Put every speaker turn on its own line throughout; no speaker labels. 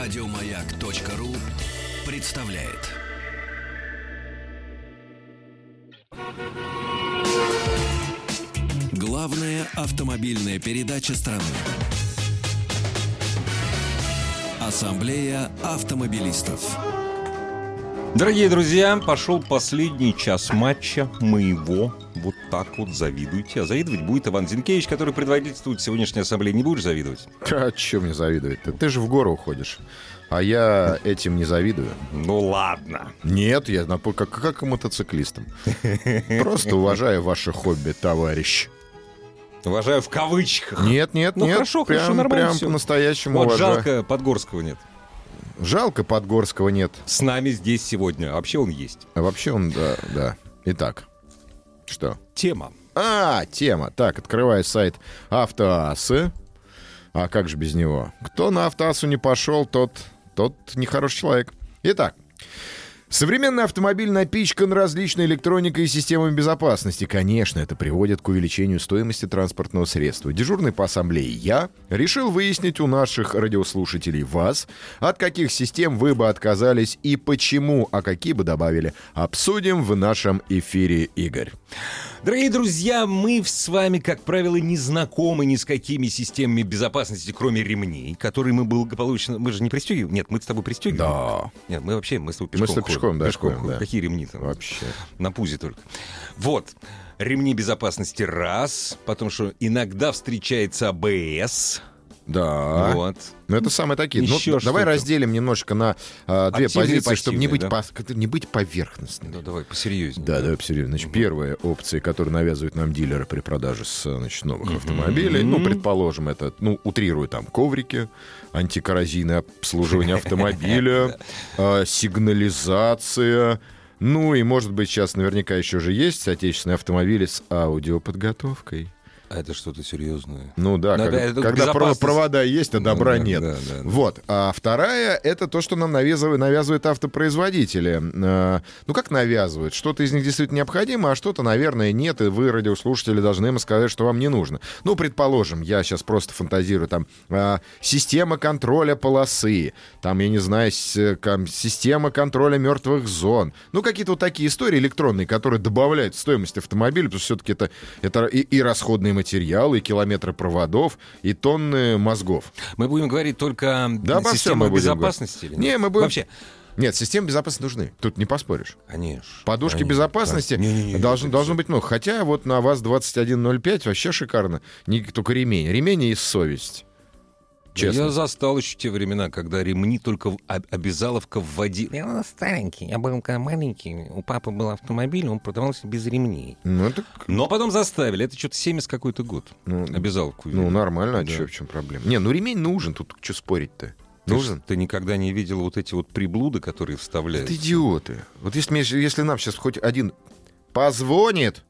Радиомаяк.ру представляет. Главная автомобильная передача страны. Ассамблея автомобилистов.
Дорогие друзья, пошел последний час матча моего. Вот так вот завидуйте. А завидовать будет Иван Зинкевич, который предводительствует сегодняшней ассамблее. Не будешь завидовать?
А чем мне завидовать-то? Ты же в гору уходишь. А я этим не завидую.
Ну ладно.
Нет, я напо- как, как и мотоциклистам. Просто уважаю ваше хобби, товарищ.
Уважаю в кавычках.
Нет, нет,
Ну
нет.
хорошо,
прям,
хорошо, нормально
прям
всё.
по-настоящему
Вот
уважаю.
жалко, Подгорского нет.
Жалко Подгорского нет.
С нами здесь сегодня. А Вообще он есть.
А вообще он, да, да. Итак, что?
Тема.
А, тема. Так, открываю сайт Автоасы. А как же без него? Кто на Автоасу не пошел, тот, тот нехороший человек. Итак, Современный автомобиль напичкан различной электроникой и системами безопасности. Конечно, это приводит к увеличению стоимости транспортного средства. Дежурный по ассамблее я решил выяснить у наших радиослушателей вас, от каких систем вы бы отказались и почему, а какие бы добавили. Обсудим в нашем эфире, Игорь.
Дорогие друзья, мы с вами, как правило, не знакомы ни с какими системами безопасности, кроме ремней, которые мы благополучно... Мы же не пристегиваем? Нет, мы с тобой
Да,
пристегиваем. Нет, мы вообще, мы с тобой
Мы
пешком
с тобой
ходим.
пешком, да, ходим,
ходим.
да.
Какие ремни там?
вообще.
На пузе только. Вот. Ремни безопасности раз, потому что иногда встречается АБС.
Да.
Вот.
Ну, это самые такие. Ну,
Еще
давай
что-то.
разделим немножко на а, две
Активные и
позиции, чтобы не быть,
пассивные,
пос- не быть поверхностными.
Ну, давай посерьезнее.
Да, да, серьезно. Значит, первая опция, которую навязывают нам дилеры при продаже с, значит, новых автомобилей, ну, предположим, это, ну, утрирую там коврики, антикоррозийное обслуживание автомобиля, э, сигнализация, ну и, может быть, сейчас наверняка еще же есть отечественные автомобили с аудиоподготовкой.
А это что-то серьезное.
Ну да,
Надо-
как-
это
когда про-
безопасность.
провода есть, а
Ну
добра
да,
нет.
да, да, да.
Вот. А вторая это то, что нам навязывают, навязывают автопроизводители. Э, Ну как навязывают? Что-то из них действительно необходимо, а что-то, наверное, нет, и вы, радиослушатели, должны им сказать, что вам не нужно. Ну, предположим, я сейчас просто фантазирую, там э, система контроля полосы, там, я не знаю, с- э, кам- система контроля мертвых зон. Ну, какие-то вот такие истории электронные, которые добавляют в стоимость автомобиля, потому что все-таки это, это и, и расходные материалы, и километры проводов, и тонны мозгов.
Мы будем говорить только о
Да обо всем мы
системах
будем
безопасности? или
говорить. Не, мы будем-
Вообще,
Нет, системы безопасности нужны. Тут не поспоришь.
конечно.
Подушки
конечно.
безопасности
Да. Не-не-не,
должно,
это
должно быть много. Хотя вот на вас 2105 вообще шикарно. Не только ремень. Ремень и совесть. Честно.
Я застал еще те времена, когда ремни только в- об- обязаловка вводила.
Я был старенький, я был когда маленький, у папы был автомобиль, он продавался без ремней.
Ну, так,
Но потом заставили. Это что-то 70 какой-то год.
ну,
Обязаловку. ввели.
ну, нормально, а
А Да.
чё- в чем проблема? Не, ну ремень нужен, тут что спорить-то?
Ты ж-
Нужен?
Ты никогда не видел вот эти вот приблуды, которые вставляют.
Это идиоты. Вот если, мне- если нам сейчас хоть один позвонит,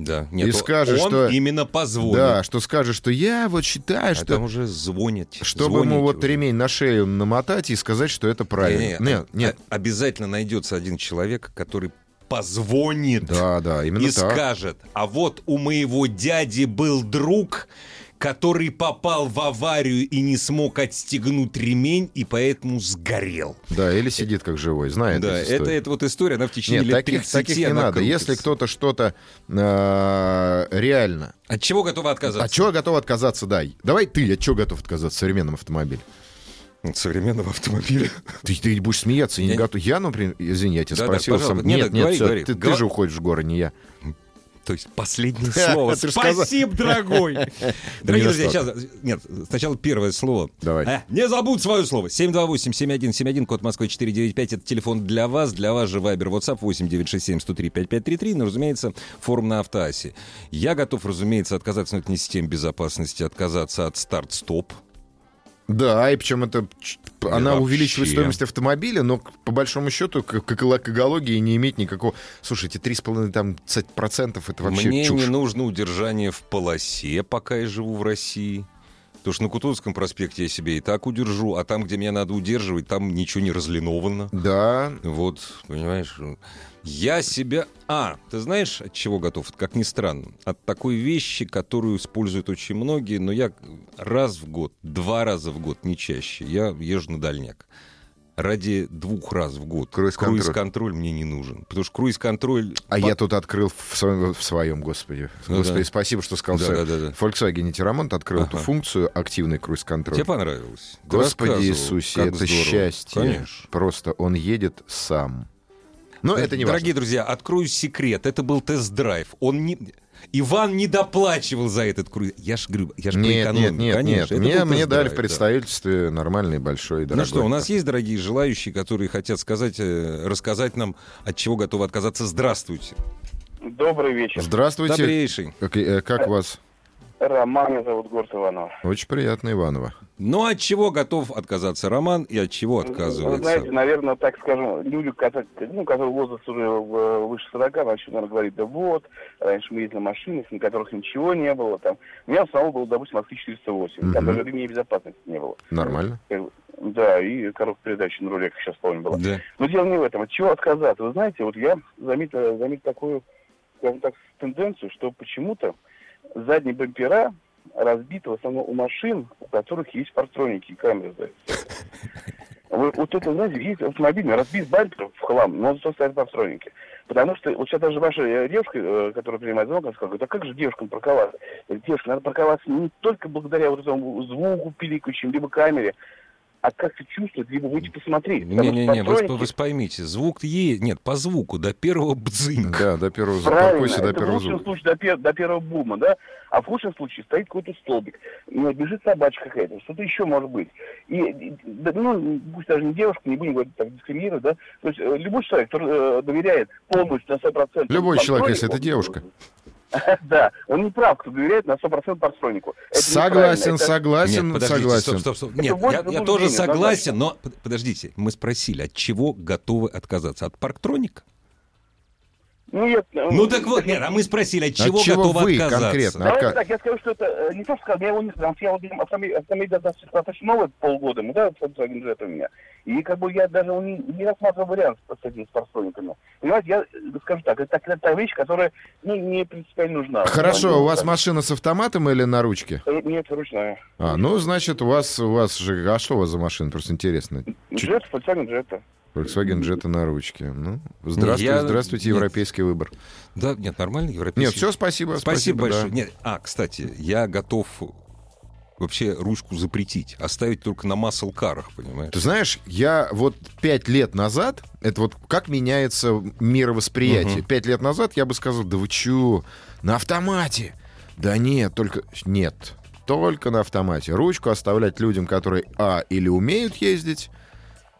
Да. Нет,
И
о-
скажешь,
он
что-
именно Э, позвонит.
да, что скажет, что я вот считаю,
а
что...
там уже звонит.
Чтобы ему
звоните
вот
уже.
ремень на шею намотать и сказать, что это правильно.
Не-не-не,
нет,
а-
нет.
а- обязательно найдется один человек, который позвонит
Да, да, А, именно
и
так.
скажет, а вот у моего дяди был друг, который попал в аварию и не смог отстегнуть ремень, и поэтому сгорел.
Да, или сидит как живой, знает.
да,
эту
это,
историю.
это вот история, она в течение
Нет,
лет
таких,
30
таких не
она
надо.
крутится.
Если кто-то что-то э, реально...
От чего готова отказаться?
От чего готов отказаться, да. Давай ты, от чего готов отказаться в современном автомобиле?
От современного автомобиля.
Ты, ты будешь смеяться и не
Я не-
готов. Я, например, извини, я тебя
Да-да,
спросил
пожалуйста.
сам.
Не,
Нет,
да,
нет,
говори,
всё,
говори.
ты, ты
Гова-
же уходишь в горы, не я.
То есть последнее слово.
Ты ж сказал.
Спасибо, дорогой.
ни
Дорогие
за
друзья,
что.
сейчас... Нет, сначала первое слово.
Давай.
Э, Не забудь свое слово. 728-7171, код Москвы 495. Это телефон для вас. Для вас же Вайбер, WhatsApp 8967-103-5533. Ну, разумеется, форум на автоасе. Я готов, разумеется, отказаться, но это не система безопасности, отказаться от старт-стоп.
Да, и причем это ч- она
вообще.
увеличивает стоимость автомобиля, но к- по большому счету к, к эко- к экологии не имеет никакого. Слушай, эти 3,5% там, ц- процентов это вообще
Мне
чушь.
не нужно удержание в полосе, пока я живу в России. Потому что на Кутузовском проспекте я себе и так удержу, а там, где меня надо удерживать, там ничего не разлиновано.
Да,
Вот, понимаешь, я себя... А, ты знаешь, от чего готов? Как ни странно. От такой вещи, которую используют очень многие, но я раз в год, два раза в год, не чаще, я езжу на дальняк. Ради двух раз в год.
Круиз-контроль.
Круиз-контроль мне не нужен. Потому что круиз-контроль...
А я тут открыл в своем, в своем, господи.
Ну
господи,
да.
спасибо, что сказал.
Да,
сэр.
да, да, да.
В Volkswagen Тирамонт открыл эту
Ага.
функцию активный
Тебе
круиз-контроль.
понравилось? Ты
Господи
рассказывал,
Иисусе,
как
это
здорово.
счастье.
Конечно.
Просто он едет сам. Но это не
Э, Дорогие друзья, открою секрет. Это был тест-драйв. Он не... Иван не доплачивал за этот круиз. Я ж говорю, я ж
важно.
про
Нет, нет,
экономию.
нет,
Конечно,
нет.
это
Мне,
был
мне дали
тест-драйв,
в
да.
представительстве нормальный, большой, дорогой.
Ну что, у нас есть дорогие желающие, которые хотят сказать, э, рассказать нам, от чего готовы отказаться. Здравствуйте.
Добрый вечер.
Здравствуйте.
Добрейший.
Как, э, как вас?
Роман, меня зовут Горд Иванов.
Очень приятно, Иванова.
Ну от чего готов отказаться Роман и от чего
Вы Ну, знаете,
отказывается?
наверное, так скажем, люди, которые, ну, которые возраст уже э, выше 40, начнут, наверное, говорить, да вот, раньше мы ездили на машинах, на которых ничего не было. Там. У меня у самого был, допустим, Москвы 408,
Мгм.
там даже ремней безопасности не было.
Нормально.
Как бы, Да, и коробка передач на руле, как сейчас помню, была.
Да.
Но дело не в этом. От чего отказаться? Вы знаете, вот я заметил, заметил такую, скажем так, тенденцию, что почему-то задние бампера разбиты в основном у машин, у которых есть партроники и камеры. сзади. Вот, вот это, знаете, есть автомобильный разбит бампер в хлам, но он стоит партроники. Потому что вот сейчас даже ваша э, девушка, э, которая принимает звонок, она сказала, говорит, а как же девушкам парковаться? Я говорю, девушка, надо парковаться не только благодаря вот этому звуку пиликающему, либо камере, а как ты чувствуешь, либо выйти посмотреть. Потому что
Не-не-не, вы,
партроники-
вы поймите, звук е... Нет, по звуку, до первого бзинка.
Да, до первого звука.
Правильно,
Паркуйся до
это в
первого
лучшем
звука.
случае до, пер- до первого бума, да? А в худшем случае стоит какой-то столбик, ну, бежит собачка какая-то, что-то еще может быть. И, и, да, ну, пусть даже не девушка, не будем говорить так, дискриминировать, да? То есть э, любой человек, который э, доверяет полностью на 100%...
Любой человек,
подстройнику,
если это девушка.
Да, он не прав, кто доверяет на 100% подстройнику. Это неправильно,
Согласен,
это-
согласен,
Нет, подождите,
согласен.
стоп, стоп, стоп. Нет,
вот
я, я
заблуждение,
тоже
однозначно.
согласен, но под- подождите, мы спросили, от чего готовы отказаться? От парктроника?
Ну, я, э,
Ну так вот, нет, а мы спросили, от
От
чего,
чего
готовы
вы
отказаться?
конкретно?
Давайте
Арка-
так, я скажу, что это э, не то, что сказал, я его не знал, я вот им автомобиль, автомобиль достаточно, достаточно новый, полгода, ну да, Volkswagen Jetta у меня. И как бы я даже его не, не рассматривал вариант с этими спортсменами. Понимаете, я э, скажу так, это та, та вещь, которая ну, не принципиально нужна.
Хорошо, у вас
машина?
машина с автоматом или на ручке?
Нет, ручная.
А, ну, значит, у вас, у вас же... А что у вас за машина? Просто интересно. Чуть-
Джет, Volkswagen Jetta.
Volkswagen Jetta на ручке. Ну, здравствуйте,
я-
здравствуйте,
нет.
европейский выбор.
Да, нет, нормально, европейский.
Нет, все, спасибо.
Спасибо,
да.
большое. Нет, а, кстати, я готов вообще ручку запретить, оставить только на масл-карах, понимаешь?
Ты знаешь, я вот пять лет назад, это вот как меняется мировосприятие.
Мгм.
Пять лет назад я бы сказал, да вы чё, на автомате. Да нет, только... Нет, только на автомате. Ручку оставлять людям, которые, а, или умеют ездить,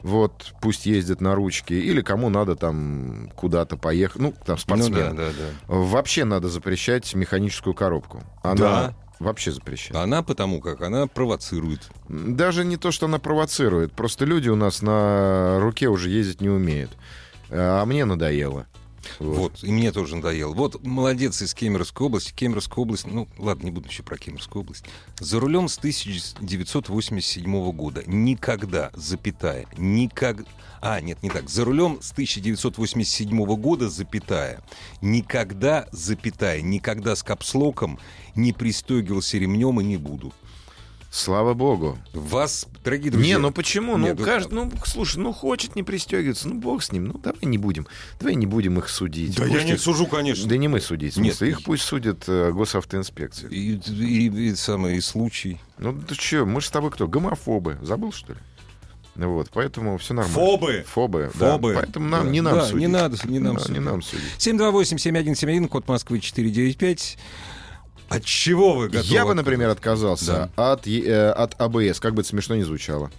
вот, пусть ездят на ручке, или кому надо там куда-то поехать, ну, там,
Ну
спортсменам.
да, да, да.
Вообще надо запрещать механическую коробку. Она
Да.
вообще запрещена.
Она потому как, она провоцирует.
Даже не то, что она провоцирует. Просто люди у нас на руке уже ездить не умеют. А мне надоело.
Вот. и мне тоже надоело. Вот молодец из Кемеровской области. Кемеровская область, ну ладно, не буду еще про Кемеровскую область. За рулем с 1987 года. Никогда, запятая, никогда... А, нет, не так. За рулем с 1987 года, запятая. Никогда, запятая, никогда с капслоком не пристегивался ремнем и не буду.
Слава богу.
Вас, дорогие друзья...
не, ну почему?
Нет,
ну,
ну-
кажд- ну, слушай, ну хочет не пристегиваться. Ну, бог с ним. Ну, давай не будем. Давай не будем их судить.
Да я
Пусть
не
их-
сужу, конечно.
Да не мы судить. в
Нет,
смысле. их
и-
пусть судит э, госавтоинспекция.
И, и- и самое, и случай.
Ну, ты че, мы же с тобой кто? Гомофобы. Забыл, что ли? Ну Вот, поэтому все нормально.
Фобы!
Фобы,
Фобы.
да. Поэтому нам,
Да.
не нам
Да,
судить.
не надо, не нам
Да,
судить.
Не нам судить.
728-7171, код Москвы 495. От чего вы готовы?
Я бы, например, отказался от, е- э, от АБС, как бы это смешно ни звучало.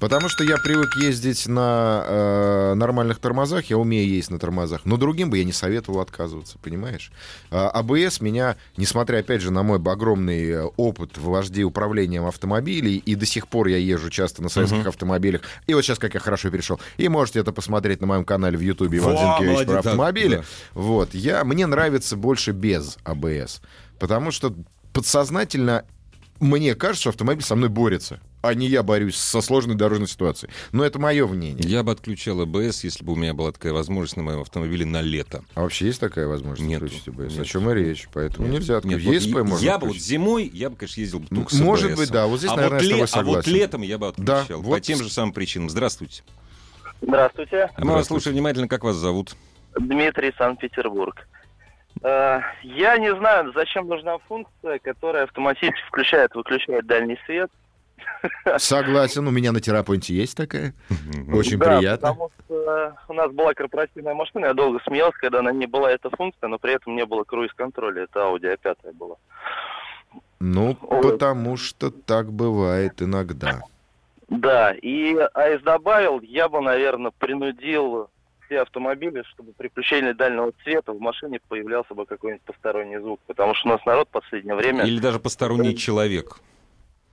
Потому что я привык ездить на э, нормальных тормозах, я умею ездить на тормозах, но другим бы я не советовал отказываться, понимаешь? А, АБС меня, несмотря, опять же, на мой огромный э, опыт в вожде управлением автомобилей, и до сих пор я езжу часто на советских автомобилях, и вот сейчас как я хорошо перешел, и можете это посмотреть на моем канале в Ютубе Иван
Во,
Зинкевич про
молодец, да,
автомобили.
да.
Вот, А я, мне нравится больше без АБС, потому что подсознательно мне кажется, что автомобиль со мной борется, а не я борюсь со сложной дорожной ситуацией. Но это мое мнение.
Я бы отключал АБС, если бы у меня была такая возможность на моем автомобиле на лето.
А вообще есть такая возможность
Нету.
включить ABS? О
Нет.
чем и речь, поэтому ну, нельзя
Нет,
отключить.
вот
Есть
и-
п- можно
я бы вот
отключить.
зимой, я бы, конечно, ездил бы только с
Может
ABS.
быть, да, вот здесь,
а
наверное,
вот
я с тобой
А вот
согласен.
летом я бы отключал.
Да,
по
вот.
тем же самым причинам. Здравствуйте.
Здравствуйте.
А мы вас
Здравствуйте.
слушаем внимательно, как вас зовут.
Дмитрий, Санкт-Петербург. Э, Я не знаю, зачем нужна функция, которая автоматически включает, выключает дальний свет.
Согласен, у меня на терапонте есть такая. Очень
Да,
приятно.
потому что э, у нас была корпоративная машина, я долго смеялся, когда она не была эта функция, но при этом не было круиз-контроля, это Audi A5 была.
Ну,
Ой.
потому что так бывает иногда.
Да, и АЭС добавил, я бы, наверное, принудил все автомобили, чтобы при включении дальнего света в машине появлялся бы какой-нибудь посторонний звук, потому что у нас народ в последнее время...
Или даже посторонний человек.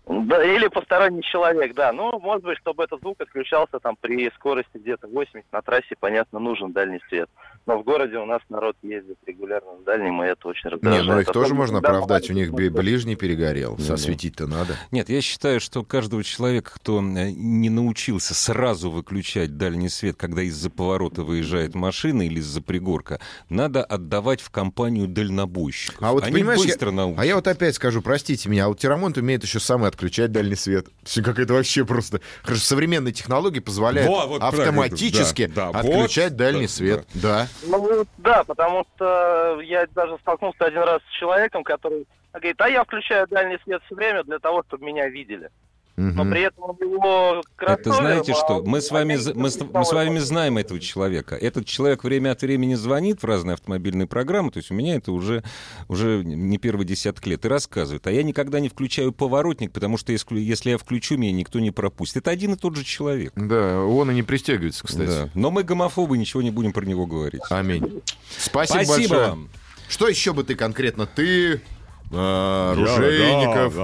Да, или посторонний человек, да. Ну, может быть, чтобы этот звук отключался там при скорости где-то 80 на трассе, понятно, нужен дальний свет. Но в городе у нас народ ездит регулярно на дальнем, и это очень
Не,
раздражает.
а
ну их тоже
Особенно,
можно
когда
оправдать, у
маленький
них би-
смотрит.
ближний перегорел.
Да, да.
Сосветить-то надо.
Нет, я считаю, что каждого человека, кто э, не научился сразу выключать дальний свет, когда из-за поворота выезжает машина или из-за пригорка, надо отдавать в компанию дальнобойщиков.
А вот,
Они
понимаешь, я-
быстро научатся.
А я вот опять скажу, простите меня, а вот Терамонт умеет еще сам и отключать дальний свет. Все как это вообще просто... Хорошо, современные технологии позволяют
Во, вот правильно,
автоматически
да, да,
отключать
вот,
дальний
да,
свет. Да.
Ну, да, потому что я даже столкнулся один раз с человеком, который говорит, а я включаю дальний свет все время для того, чтобы меня видели. Но
Мгм.
при этом у него
Это
кроссовер
знаете
был,
что?
а
Мы с вами,
я
з-
не
мы, с- мы с вами знаем этого человека. Этот человек время от времени звонит в разные автомобильные программы, то есть у меня это уже, уже не первый десяток лет, и рассказывает. А я никогда не включаю поворотник, потому что если, если я включу, меня никто не пропустит. Это один и тот же человек.
Да, он и не пристегивается, кстати.
Да. Но мы гомофобы, ничего не будем про него говорить.
Аминь. Спасибо,
Спасибо
большое.
вам.
Что еще бы ты конкретно? Ты, э, Ружейников.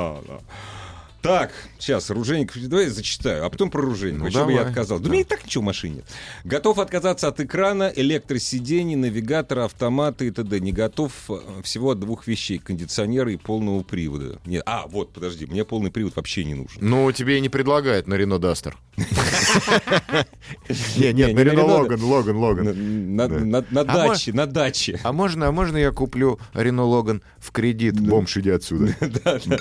Так, сейчас, Ружейников, давай я зачитаю, а потом про Ружейникова.
Ну,
Чего бы я
давай.
отказал? Да,
Да.
у меня и так ничего в машине. Готов отказаться от экрана, электросидений, навигатора, автомата и т.д. Не готов э, всего от двух вещей. Кондиционера и полного привода. Нет, а, вот, подожди, мне полный привод вообще не нужен.
Ну, тебе и не предлагают на Рено Дастер. Не,
Не,
нет, на
не на
Рено
Renault,
Логан, Логан,
На,
Логан.
на-
Да.
на- на
А
даче, на даче.
А можно, а можно я куплю Рено Логан в кредит? Бомж, иди отсюда.
Да, да, да.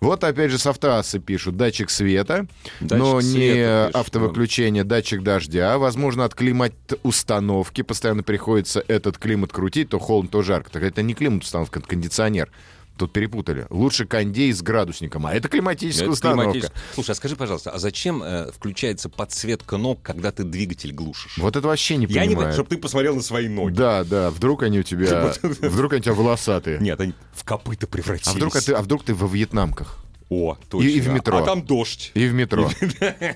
Вот опять же с автоассы пишут. Датчик света,
Датчик
но
света
не
пишут,
автовыключение, датчик дождя. Возможно, от климат-установки. Постоянно приходится этот климат крутить, то холодно, то жарко. Так это не климат-установка, это кондиционер. Тут перепутали. Лучше кондей с градусником. А это климатическая
Это
установка.
климатически. Слушай, а скажи, пожалуйста, а зачем э, включается подсветка ног, когда ты двигатель глушишь?
Вот это вообще не
Я не
понимаю.
понимаю, чтобы ты посмотрел на свои ноги.
Да, да, вдруг они у тебя... Вдруг они у тебя волосатые.
Нет, они в копыта превратились.
А вдруг, а ты, а вдруг ты во вьетнамках?
О, точно.
и в метро.
А там дождь.
И в метро. Вот.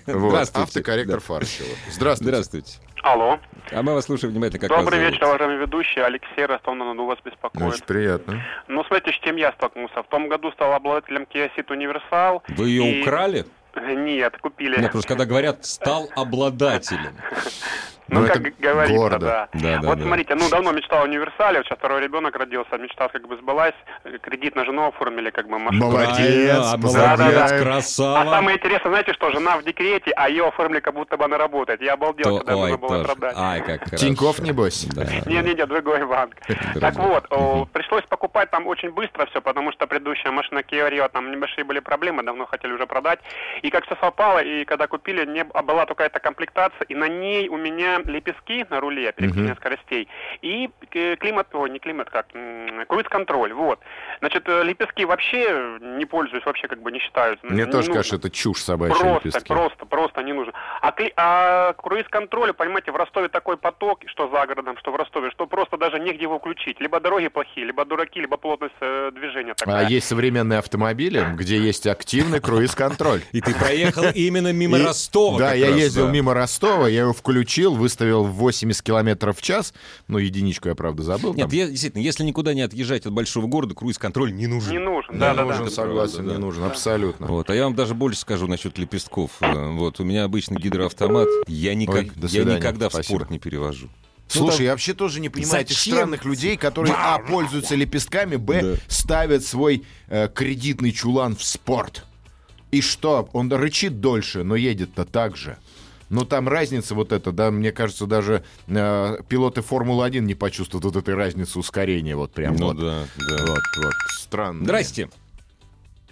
Здравствуйте.
Автокорректор
Да.
Фаршева. Здравствуйте.
Здравствуйте.
Алло.
А мы вас слушаем внимательно, как
Добрый
вас
вечер, уважаемый ведущий. Алексей Ростов на Дону вас беспокоит.
Очень приятно.
Ну, смотрите, с чем я столкнулся. В том году стал обладателем Kia Ceed Universal.
Вы ее
И-
украли?
Нет, купили.
Нет, просто когда говорят, стал обладателем.
Ну,
Ну,
как
это
говорится,
гордо.
да.
Да, да,
вот
да.
смотрите, ну, давно мечтал о универсале, вот сейчас второй ребенок родился, мечта как бы сбылась, э, кредит на жену оформили, как бы машину.
Молодец,
Правильно, а
поздравляем.
молодец,
А
красава.
самое интересное, знаете что, жена в декрете, а ее оформили, как будто бы она работает. Я обалдел,
То-
когда нужно
Ой,
было
тоже.
продать.
Ай, как хорошо.
Тиньков, небось?
Да.
Нет, нет, нет, другой банк. Так
Другой.
вот, о, пришлось покупать там очень быстро все, потому что предыдущая машина Kia Rio, там небольшие были проблемы, давно хотели уже продать. И как все совпало, и когда купили, не, б- а была только эта комплектация, и на ней у меня лепестки на руле, переключение скоростей, и э, климат, ой, не климат, как, м, круиз-контроль, вот. Значит, э, лепестки вообще не пользуюсь, вообще как бы не считают. не
Мне тоже
нужно.
кажется, это чушь собачья
ну, Просто,
лепестки.
просто, просто не нужно. А, кли- а круиз-контролю, понимаете, в Ростове такой поток, что за городом, что в Ростове, что просто даже негде его включить. Либо дороги плохие, либо дураки, либо плотность э, движения
А
такая.
есть современные автомобили, где есть активный круиз-контроль.
И ты проехал именно мимо
И-
Ростова.
Да,
как
я
раз,
ездил
да.
мимо Ростова, я его включил, выставил в 80 километров в час. Ну, единичку я, правда, забыл.
Нет,
там.
е- действительно, если никуда не отъезжать от большого города, круиз-контроль не нужен.
Не нужен,
Не
да, да, да.
нужен, согласен,
Да.
не нужен, абсолютно.
Вот, а я вам даже больше скажу насчет лепестков. Э, Вот, у меня обычно гидроавтомат. Я, никак,
Ой, до
я
свидания.
никогда в
Спасибо.
спорт не перевожу.
Слушай,
Ну, там-
я вообще тоже не понимаю этих
Зачем?
странных людей, которые, а, пользуются лепестками, б,
Да.
ставят свой э, кредитный чулан в спорт. И что? Он рычит дольше, но едет-то так же. Но там разница вот эта, да, мне кажется, даже э, пилоты Формулы-1 не почувствуют вот этой разницы ускорения вот прям.
Ну
вот.
да, да.
Вот, вот, странно.
Здрасте.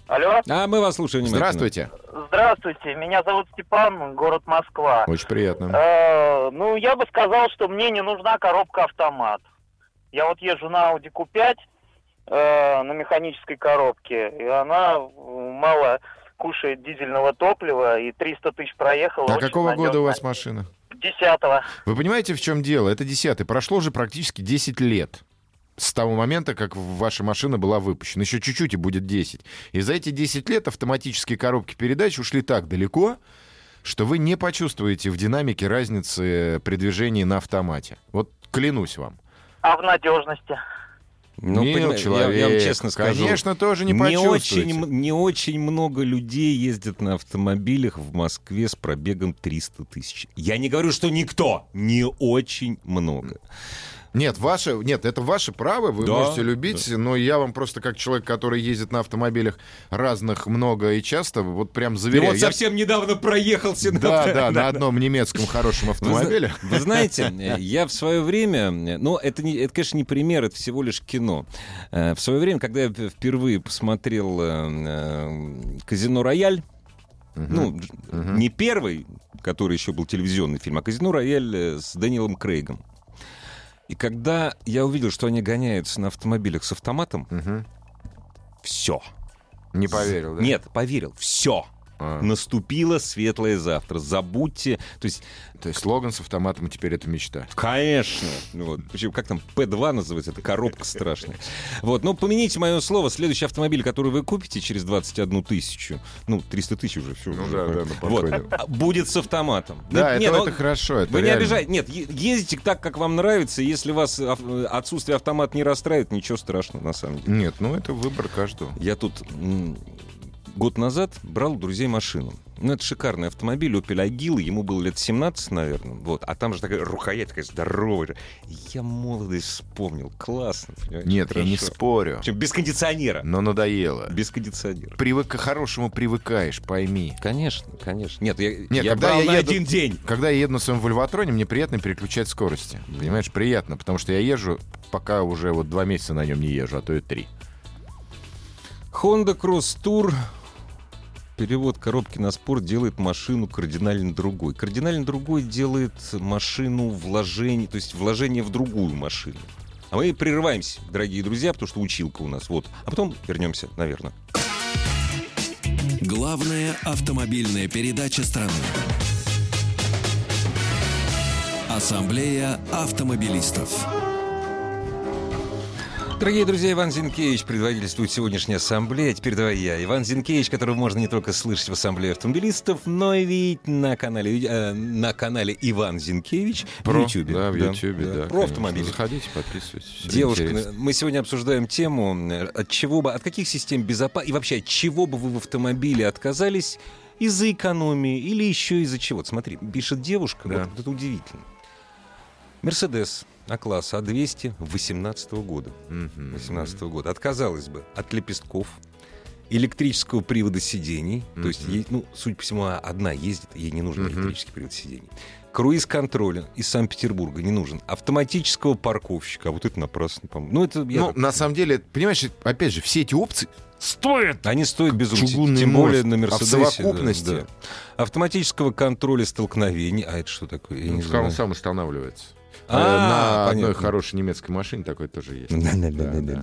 Алло,
А мы вас слушаем внимательно.
Здравствуйте.
здравствуйте, меня зовут Степан, город Москва.
Очень приятно.
Э, ну, я бы сказал, что мне не нужна коробка автомат. Я вот езжу на Audi Q5 э, на механической коробке, и она э, мало кушает дизельного топлива, и 300 тысяч проехала.
А
очень
какого года у вас
надежно.
машина?
Десятого.
Вы понимаете, в чем дело? Это 10 Прошло уже практически 10 лет с того момента, как ваша машина была выпущена. Еще чуть-чуть и будет 10. И за эти 10 лет автоматические коробки передач ушли так далеко, что вы не почувствуете в динамике разницы при движении на автомате. Вот клянусь вам.
А в надежности?
Ну,
Мил
понимаю, я- я, вам
человек,
честно скажу.
Конечно, тоже не,
не
почувствуете.
очень, м- не очень много людей ездят на автомобилях в Москве с пробегом 300 тысяч. Я не говорю, что никто. Не очень много.
Нет, ваше, нет, это ваше право, вы
Да,
можете любить, но я вам просто как человек, который ездит на автомобилях разных много и часто, вот прям
Я
заверяю.
вот
я
совсем недавно проехался на
Да, да, на
на-
одном немецком хорошем
Вы зна-
автомобиле.
Вы знаете, э, я в свое время, э, ну, это, не, это, конечно, не пример, это всего лишь кино. Э, В свое время, когда я п- впервые посмотрел э, э, «Казино Рояль», ну, дж-
Мгм.
не первый, который еще был телевизионный фильм, а «Казино Рояль» э, с Дэниелом Крейгом. И когда я увидел, что они гоняются на автомобилях с автоматом,
Мгм.
все.
Не поверил, да?
Нет, поверил, все.
А,
Наступило светлое завтра. Забудьте. То есть
То есть слоган с автоматом теперь это мечта.
Конечно. Ну Вот. Причем, как там, P2 называется, это коробка страшная. Вот, ну, помяните мое слово, следующий автомобиль, который вы купите через 21 тысячу, ну, 300 тысяч уже, все.
ну,
вот, а, будет с автоматом.
Да, это,
Нет, нет,
это
ну,
хорошо. это
Вы не
реально.
обижайте. Нет, е- ездите так, как вам нравится. Если вас ав- отсутствие автомата не расстраивает, ничего страшного, на самом деле.
Нет, ну это выбор каждого.
Я тут м, год назад брал у друзей машину. Ну, это шикарный автомобиль, Opel Agila, ему было лет 17, наверное, вот. А там же такая рукоять такая здоровая. Я молодость вспомнил, классно, понимаешь?
Нет, я не
хорошо.
спорю,
Причем без кондиционера.
но надоело.
Без кондиционера.
Привык к хорошему привыкаешь, пойми.
Конечно, конечно. Нет, я,
Нет,
я
когда
брал
я
на
еду-
один день.
Когда я еду на своем Вольватроне, мне приятно переключать скорости. Понимаешь, приятно, потому что я езжу, пока уже вот два месяца на нем не езжу, а то и три.
Honda Cross Tour Перевод коробки на спорт делает машину кардинально другой. Кардинально другой делает машину вложение, то есть вложение в другую машину. А мы прерываемся, дорогие друзья, потому что училка у нас вот. А потом вернемся, наверное.
Главная автомобильная передача страны. Ассамблея автомобилистов.
Дорогие друзья, Иван Зинкевич предводительствует сегодняшней ассамблее. А Теперь давай я. Иван Зинкевич, которого можно не только слышать в ассамблее автомобилистов, но и видеть на канале, э, на канале Иван Зинкевич в Ютьюбе.
Да, в Ютьюбе, да.
Про
конечно.
автомобили.
Заходите, подписывайтесь. всё
Девушка,
интересно.
мы сегодня обсуждаем тему, э, от чего бы, от каких систем безопасности и вообще от чего бы вы в автомобиле отказались из-за экономии или еще из-за чего. Вот Смотри, пишет девушка,
Да.
вот, это удивительно. Мерседес А-класса А200 18 года.
Мгм.
18 года отказалась бы от лепестков, электрического привода сидений, то есть,
Мгм.
ей, ну, судя по всему, она одна ездит, ей не нужен
Мгм.
электрический привод сидений. Круиз-контроля из Санкт-Петербурга не нужен. Автоматического парковщика, а вот это напрасно, по-моему. Ну, это, я
Ну,
так-
на самом деле, понимаешь, опять же, все эти опции стоят.
они стоят безумно,
Ну, чугунный
тем более
мост,
на
а в
Мерседесе. да,
совокупности-
да. Автоматического контроля столкновений, а это что такое? Я не знаю.
Ну, Он сам останавливается. Э,
А,
на одной
понятно.
хорошей немецкой машине такой тоже есть.
Да-да-да-да-да.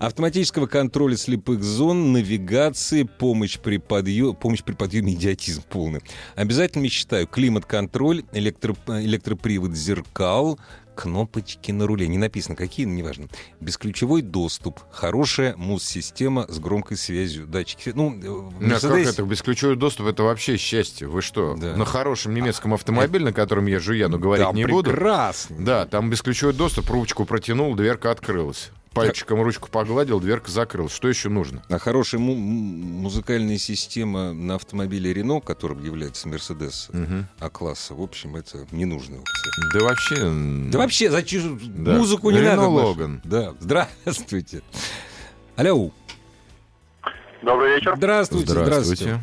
Автоматического контроля слепых зон, навигации, помощь при, подъё- помощь при подъеме, идиотизм полный. Обязательно считаю климат-контроль, электро- электропривод зеркал, кнопочки на руле. Не написано какие, но неважно. Бесключевой доступ, хорошая муз-система с громкой связью, датчики. свя- Ну, э, в
Ну, а как
Мерседесе-
это? Бесключевой доступ это вообще счастье. Вы что?
Да.
На хорошем немецком автомобиле, на котором езжу я, но говорить
Да,
не буду.
прекрасно.
Да, там бесключевой доступ, ручку протянул, дверка открылась. пальчиком ручку погладил, дверка закрылась. Что еще нужно?
А хорошая му- м- музыкальная система на автомобиле Рено, которым является Мерседес
Мгм.
А-класса, в общем, это ненужная опция.
Да вообще... м,
Да вообще, зачем
Да.
музыку не
Рено
надо? Маша.
Логан.
Да, здравствуйте. Алло.
Добрый вечер.
Здравствуйте,
Здравствуйте.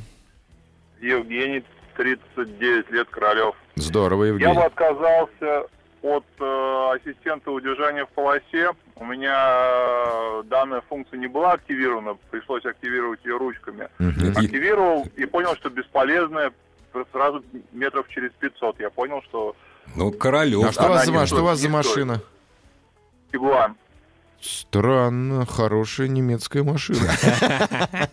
Евгений, 39 лет, Королев.
Здорово,
Я бы
Евгений.
отказался от э, ассистента удержания в полосе. У меня э, данная функция не была активирована, пришлось активировать ее ручками.
Мгм.
И-
Активировал и понял, что бесполезная. Сразу метров через 500 я понял, что
Ну, Королев.
А что у вас за
не
ма- что у вас за
стоит, не стоит.
машина?
Тигуан.
Странно, хорошая немецкая машина.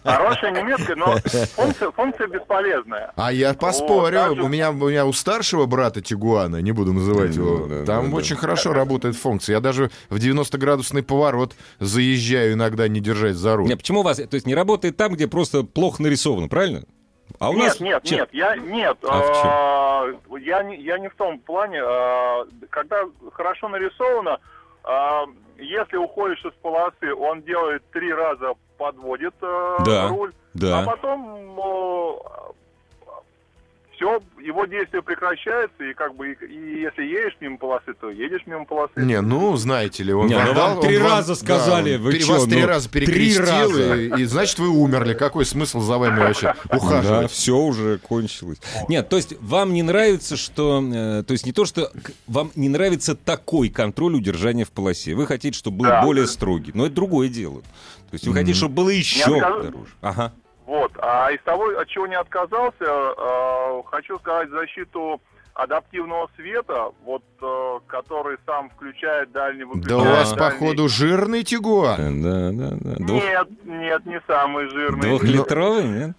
Хорошая немецкая, но функция, функция бесполезная.
А я
Вот,
поспорю,
так же-
у меня, у меня у старшего брата Тигуана, не буду называть
Ну,
его,
да,
там
да, да.
очень хорошо работает функция. Я даже в 90-градусный поворот заезжаю иногда, не держать за руль.
Не, почему у вас, то есть не работает там, где просто плохо нарисовано, правильно? А у
нет,
нас А
нет,
чем?
нет, я нет. э, я не я не в том плане, э, когда хорошо нарисовано, э, если уходишь из полосы, он делает три раза подводит э,
Да,
руль, а
Да.
потом все его действие прекращается и как бы и, и если едешь мимо полосы, то едешь мимо полосы.
Не, ну, знаете ли, он
Не, ну
вам
вам
дал-
три
он вам-
раза сказали,
да, он
вы
пере-
чё,
вас три
ну,
раза
три
перекрестил,
раза.
И, и значит, вы умерли. Какой смысл за вами вообще ухаживать?
все уже кончилось. Нет, то есть вам не нравится, что... э, то есть не то, что к- вам не нравится такой контроль удержания в полосе. Вы хотите, чтобы был
Да.
более строгий. Но это другое дело. То есть вы
Мгм.
хотите, чтобы было еще
откажу.
дороже. Ага.
Вот. А из того, от чего не отказался, э, хочу сказать защиту адаптивного света, вот э, который сам включает дальний
Да
выключает.
у вас,
дальний.
походу, жирный Тигуан.
Да, да, да. Двух-
Нет, нет, не самый жирный.
Двухлитровый, нет?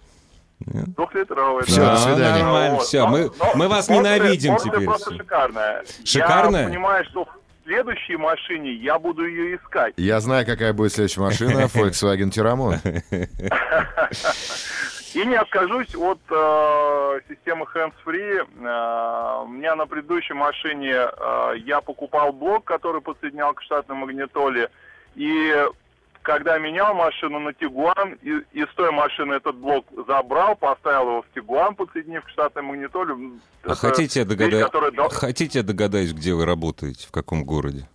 Двухлитровый,
Всё,
да.
до свидания.
нормально,
Вот.
всё, мы-
Но-
мы вас
но порция-
ненавидим
порция
теперь.
просто шикарная.
Шикарная?
Я понимаю, что в следующей машине я буду ее искать.
Я знаю, какая будет следующая машина. Volkswagen Тирамон.
И не откажусь от э, системы hands-free. Э, у меня на предыдущей машине э, я покупал блок, который подсоединял к штатной магнитоле. И когда менял машину на Тигуан, и- из той машины этот блок забрал, поставил его в Тигуан, подсоединив к штатной магнитоле.
А
Это
хотите, я
вещь,
догада-
которая дал-
хотите, я догадаюсь, где вы работаете, в каком городе?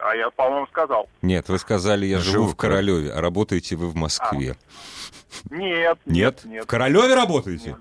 А я, по-моему, сказал.
Нет, вы сказали, я живу,
Живу
в
в Короле-
Королеве, а работаете вы в Москве.
Нет.
нет?
Нет.
В Королеве работаете?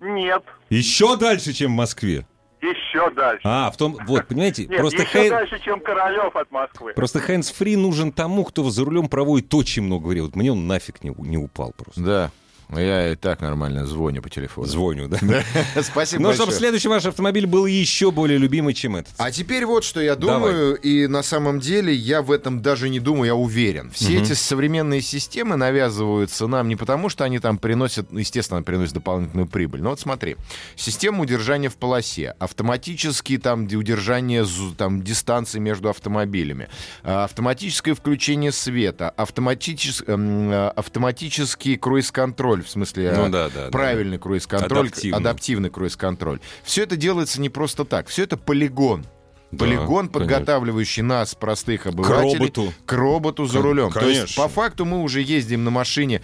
Нет. Нет.
Еще дальше, чем в Москве.
Еще дальше.
А, в том, вот, понимаете,
Нет,
просто,
еще
хэн-
дальше, чем Королев от Москвы.
просто hands-free нужен тому, кто за рулем проводит очень много времени. Вот мне он нафиг не, не упал просто.
Да, я и так нормально звоню по телефону.
Звоню, да?
Спасибо
Ну, чтобы
большое.
следующий ваш автомобиль был еще более любимый, чем этот.
А теперь вот что я
Давай.
думаю, и на самом деле я в этом даже не думаю, я уверен. Все
Мгм.
эти современные системы навязываются нам не потому, что они там приносят, ну, естественно, приносят дополнительную прибыль. Но вот смотри, система удержания в полосе, автоматические там ди- удержание зу- там, дистанции между автомобилями, а, автоматическое включение света, автоматичес- эм, а, автоматический круиз-контроль, в смысле
Ну
а,
да, да, да.
правильный круиз-контроль,
Адаптивный.
адаптивный круиз-контроль. Все это делается не просто так, все это полигон.
Да,
Полигон,
конечно.
подготавливающий нас, простых обывателей,
роботу.
к роботу за
Кон-
рулем. То есть,
конечно.
по факту, мы уже ездим на машине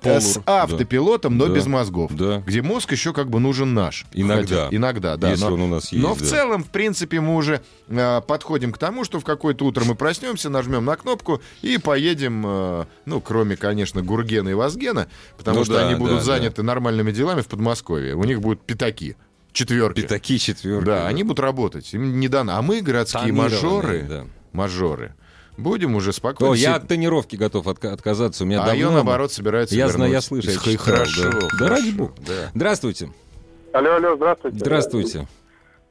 э,
Полур,
с
да.
автопилотом, но
Да,
без мозгов.
да.
Где мозг еще как бы нужен наш.
Иногда.
Хотя- иногда, да.
Если
но,
он у нас
но
есть,
в
да.
целом, в принципе, мы уже э, подходим к тому, что в какое-то утро мы проснемся, нажмем на кнопку и поедем, э, ну, кроме, конечно, Гургена и Вазгена, потому
Ну
что
да,
они будут
да,
заняты нормальными делами в Подмосковье. У них будут пятаки, четверки.
Пятаки четверки.
Да, они будут работать, им не дано. А мы, городские
Тонированные,
мажоры,
да.
мажоры, будем уже спокойно.
О, я
сидеть.
от тонировки готов отка- отказаться. У меня
А
давно-
ее, наоборот, собирается
Я знаю, я
вернуть.
слышу.
И
я
х- и
читал,
хорошо,
да. Да
хорошо,
ради бога.
да.
Здравствуйте.
Алло, алло, здравствуйте.
Здравствуйте.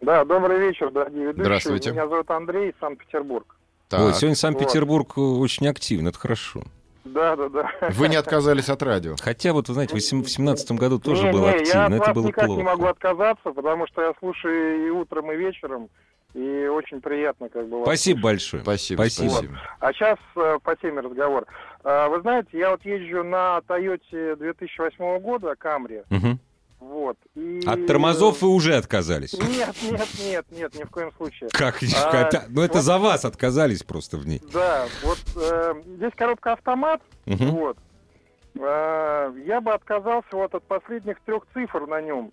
Да, добрый вечер, дорогие ведущие.
Здравствуйте.
Меня зовут Андрей, Санкт-Петербург.
Так.
Ой, сегодня Санкт-Петербург э, очень активен, это хорошо.
Да, да, да.
Вы не отказались от радио.
Хотя вот, вы знаете, в 2017 году тоже
не,
был
не, я
активен,
от
это
вас
было
никак
плохо.
не могу отказаться, потому что я слушаю и утром, и вечером, и очень приятно, как бы. вас
Спасибо большое.
Спасибо,
Спасибо.
спасибо.
А сейчас э, по теме А, разговор. Э, Вы знаете, я вот езжу на Тойоте 2008 года, Камри.
Мгм.
Вот. И-
От тормозов вы уже отказались.
Нет, нет, нет, нет, ни в коем случае.
Как?
А,
как- ну это
вот-
за вас отказались просто в ней.
Да, вот э, здесь коробка автомат,
Мгм.
вот. Э, я бы отказался вот от последних трех цифр на нем.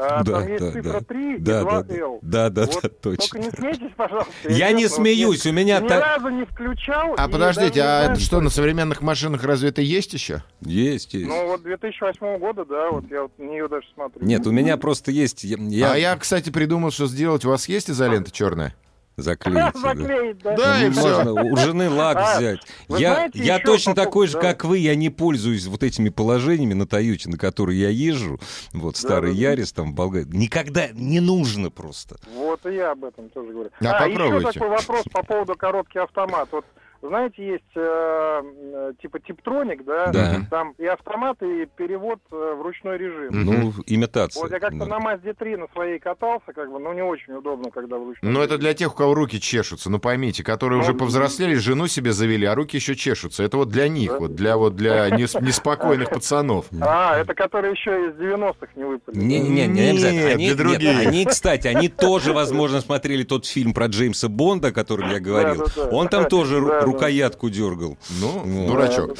Э,
Да,
там есть
да,
цифра
да.
3 и
Да,
2
да,
L.
да, да,
Вот
да,
Только
точно.
не смейтесь, пожалуйста.
Я не
честно, вот
смеюсь, у меня
Ни
так...
разу не включал.
А
и даже не
подождите, а
знаю,
это что, на современных машинах разве это есть еще?
Есть, есть.
Ну вот 2008 года, да, вот я вот на нее даже смотрю.
Нет, у
ну.
меня просто есть... я-
А я, кстати, придумал, что сделать. У вас есть изолента черная?
Заклеить. да.
Заклеить, да.
Да, и
Ну,
все.
можно у жены лак
А,
взять.
вы
я
знаете,
я
еще
точно
по поводу-
такой же,
да.
как вы. Я не пользуюсь вот этими положениями на Тойоте, на которые я езжу. Вот старый
да, да.
Ярис там в Болгарии. Никогда не нужно просто.
Вот и я об этом тоже говорю.
А
еще
попробуйте.
такой вопрос по поводу коробки автомат. Вот знаете, есть э, э, типа Типтроник, да?
Да.
Там и автомат, и перевод э, в ручной режим.
Мгм.
Ну, имитация.
Вот я как-то на
наверное.
Мазде 3 на своей катался, как бы, ну не очень удобно, когда в ручной.
Ну,
режиме.
это для тех, у кого руки чешутся, ну поймите, которые уже
Ну,
повзрослели, жену себе завели, а руки еще чешутся. Это вот для них,
Да.
вот для вот для нес- неспокойных пацанов.
Ну,
А, это которые еще из 90-х не выпали.
Не-не-не, не
Нет,
обязательно. Они,
для других.
нет, они, кстати, они тоже, возможно, смотрели тот фильм про Джеймса Бонда, о котором я говорил.
Да-да-да.
Он там тоже ру-
Да-да.
рукоятку дергал.
Ну,
Вот.
дурачок.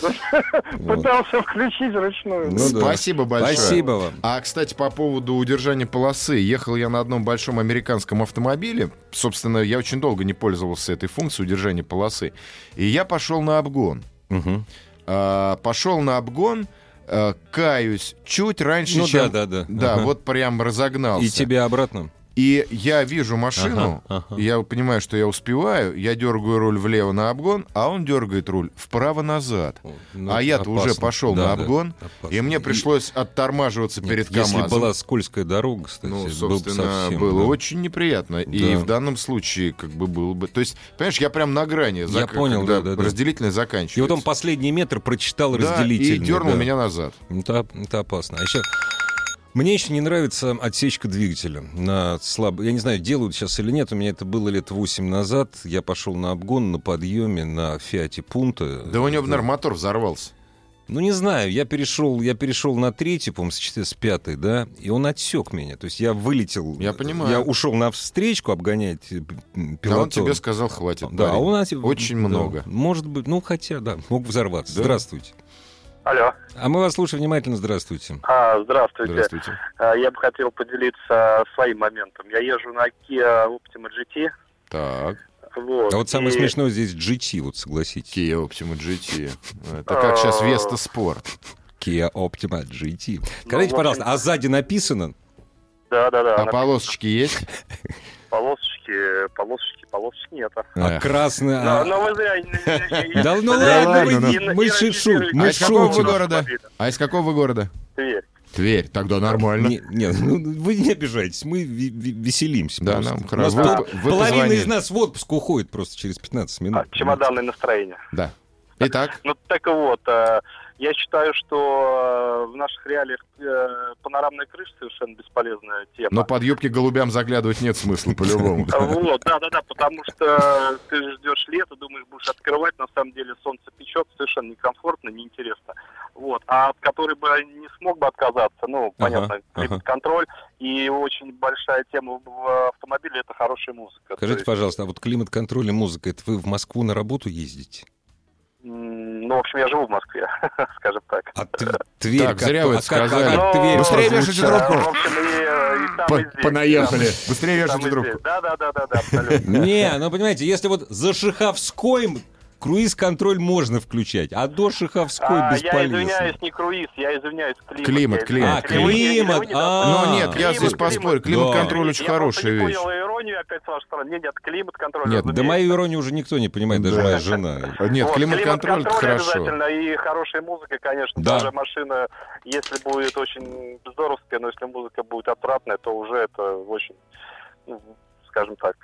Вот.
Пытался включить ручную.
Ну да.
Спасибо большое.
Спасибо вам.
А, кстати, по поводу удержания полосы. Ехал я на одном большом американском автомобиле. Собственно, я очень долго не пользовался этой функцией удержания полосы. И я пошел на обгон.
Мгм.
А, пошел на обгон, а, каюсь, чуть раньше,
Ну
чем...
да, да, да.
Да,
Ага.
вот прям разогнался.
И тебе обратно.
И я вижу машину,
Ага, ага.
я понимаю, что я успеваю, я дергаю руль влево на обгон, а он дергает руль вправо назад.
Ну,
а я-то уже
опасно.
пошел
Да,
на
да,
обгон,
опасно.
и мне пришлось оттормаживаться
Нет,
перед
Если
КАМАЗом.
была скользкая дорога, кстати,
Ну,
было бы
собственно,
совсем,
было
да.
очень неприятно. И
Да.
в данном случае, как бы было бы. То есть, понимаешь, я прям на грани. зак-
понял,
когда
да, да, да.
разделительное
И вот
заканчивается.
он последний метр прочитал
да,
разделитель.
и дернул меня назад.
Это, это опасно. А еще... Мне еще не нравится отсечка двигателя на слабо. Я не знаю, делают сейчас или нет. У меня это было лет 8 назад. Я пошел на обгон на подъеме на Фиате Пунта.
Да у него, наверное, мотор взорвался.
Ну, не знаю, я перешел, я перешел на третий, по-моему, с четы- с пятой, да, и он отсек меня. То есть я вылетел. э,
Я понимаю.
Я ушел на встречку обгонять э, п-
А он
пилотон.
тебе сказал, хватит.
Да, а
парень.
у нас
Очень много.
Может быть, ну хотя, да, мог взорваться.
Да.
Здравствуйте.
Алло.
А мы вас слушаем внимательно. Здравствуйте.
А, здравствуйте.
Здравствуйте.
А, Я бы хотел поделиться своим моментом. Я езжу на Kia Optima GT.
Так,
Вот,
А вот самое
и-
смешное здесь GT, вот согласитесь.
Kia Optima GT. Это как сейчас
А.
Веста Спорт.
Kia Optima GT. Скажите,
Ну, в
пожалуйста, а сзади написано?
Да, да, да.
А
на
полосочки есть?
Полосочки, полосочки, полосочки нет. а.
А
Эх.
красное...
Но,
а-
но вы зря... не-
Да ну
не-
ладно,
ладно,
не-
вы-
не-
мы
не
шишу-
иронизируйте.
мы
А из какого вы
шутим.
города? А из какого вы города?
Тверь.
Тверь. Тогда нормально.
Не- Нет, ну, вы не обижайтесь, мы ви- ви- веселимся.
Да,
просто.
нам
У нас
хорошо. Вы-
пол-
вы
половина
позвонили.
из нас в отпуск уходит просто через 15 минут.
А, Чемоданное настроение.
Да. Итак,
Ну так вот, э, я считаю, что э, в наших реалиях э, панорамная крыша совершенно бесполезная тема.
но под юбки голубям заглядывать нет смысла по-любому.
Вот, да, да, да, потому что ты ждешь лето, думаешь, будешь открывать, на самом деле солнце печет, совершенно некомфортно, неинтересно. Вот, а от которой бы не смог бы отказаться, ну, понятно,
ага.
контроль и очень большая тема в- в автомобиле это хорошая музыка.
Скажите,
То есть,
пожалуйста, а вот климат-контроль и музыка, это вы в Москву на работу ездите?
м, ну, в общем, я живу в Москве, скажем так.
А Тв- Тверь...
Так,
как-
зря вы
а
это
как- а как
сказали.
Но-
Тверь
Быстрее
прозвучала?
вешайте
Э,
трубку.
В общем, и, и там, и здесь.
Понаехали. Быстрее
И там,
вешайте
и
трубку.
здесь. Да, да, да, да, да, абсолютно.
Не, ну понимаете, если вот за Шиховской круиз-контроль можно включать, а до Шиховской
А, я
бесполезно.
извиняюсь, не круиз, я извиняюсь, климат.
Климат,
я
климат,
А,
извиняюсь.
климат,
Я
а.
Ну нет, я
Климат,
здесь
климат.
поспорю. Климат-контроль
Я
очень
просто
хорошая
не
вещь.
понял иронию опять с вашей стороны. Нет, нет, климат-контроль.
Нет,
Да
разумеется.
мою иронию уже никто не понимает, даже
Да. А,
моя жена.
Нет,
Вот,
климат-контроль это хорошо.
обязательно и хорошая музыка, конечно.
Да.
Даже машина, если будет очень здоровская, но если музыка будет отвратная, то уже это очень, ну, скажем так.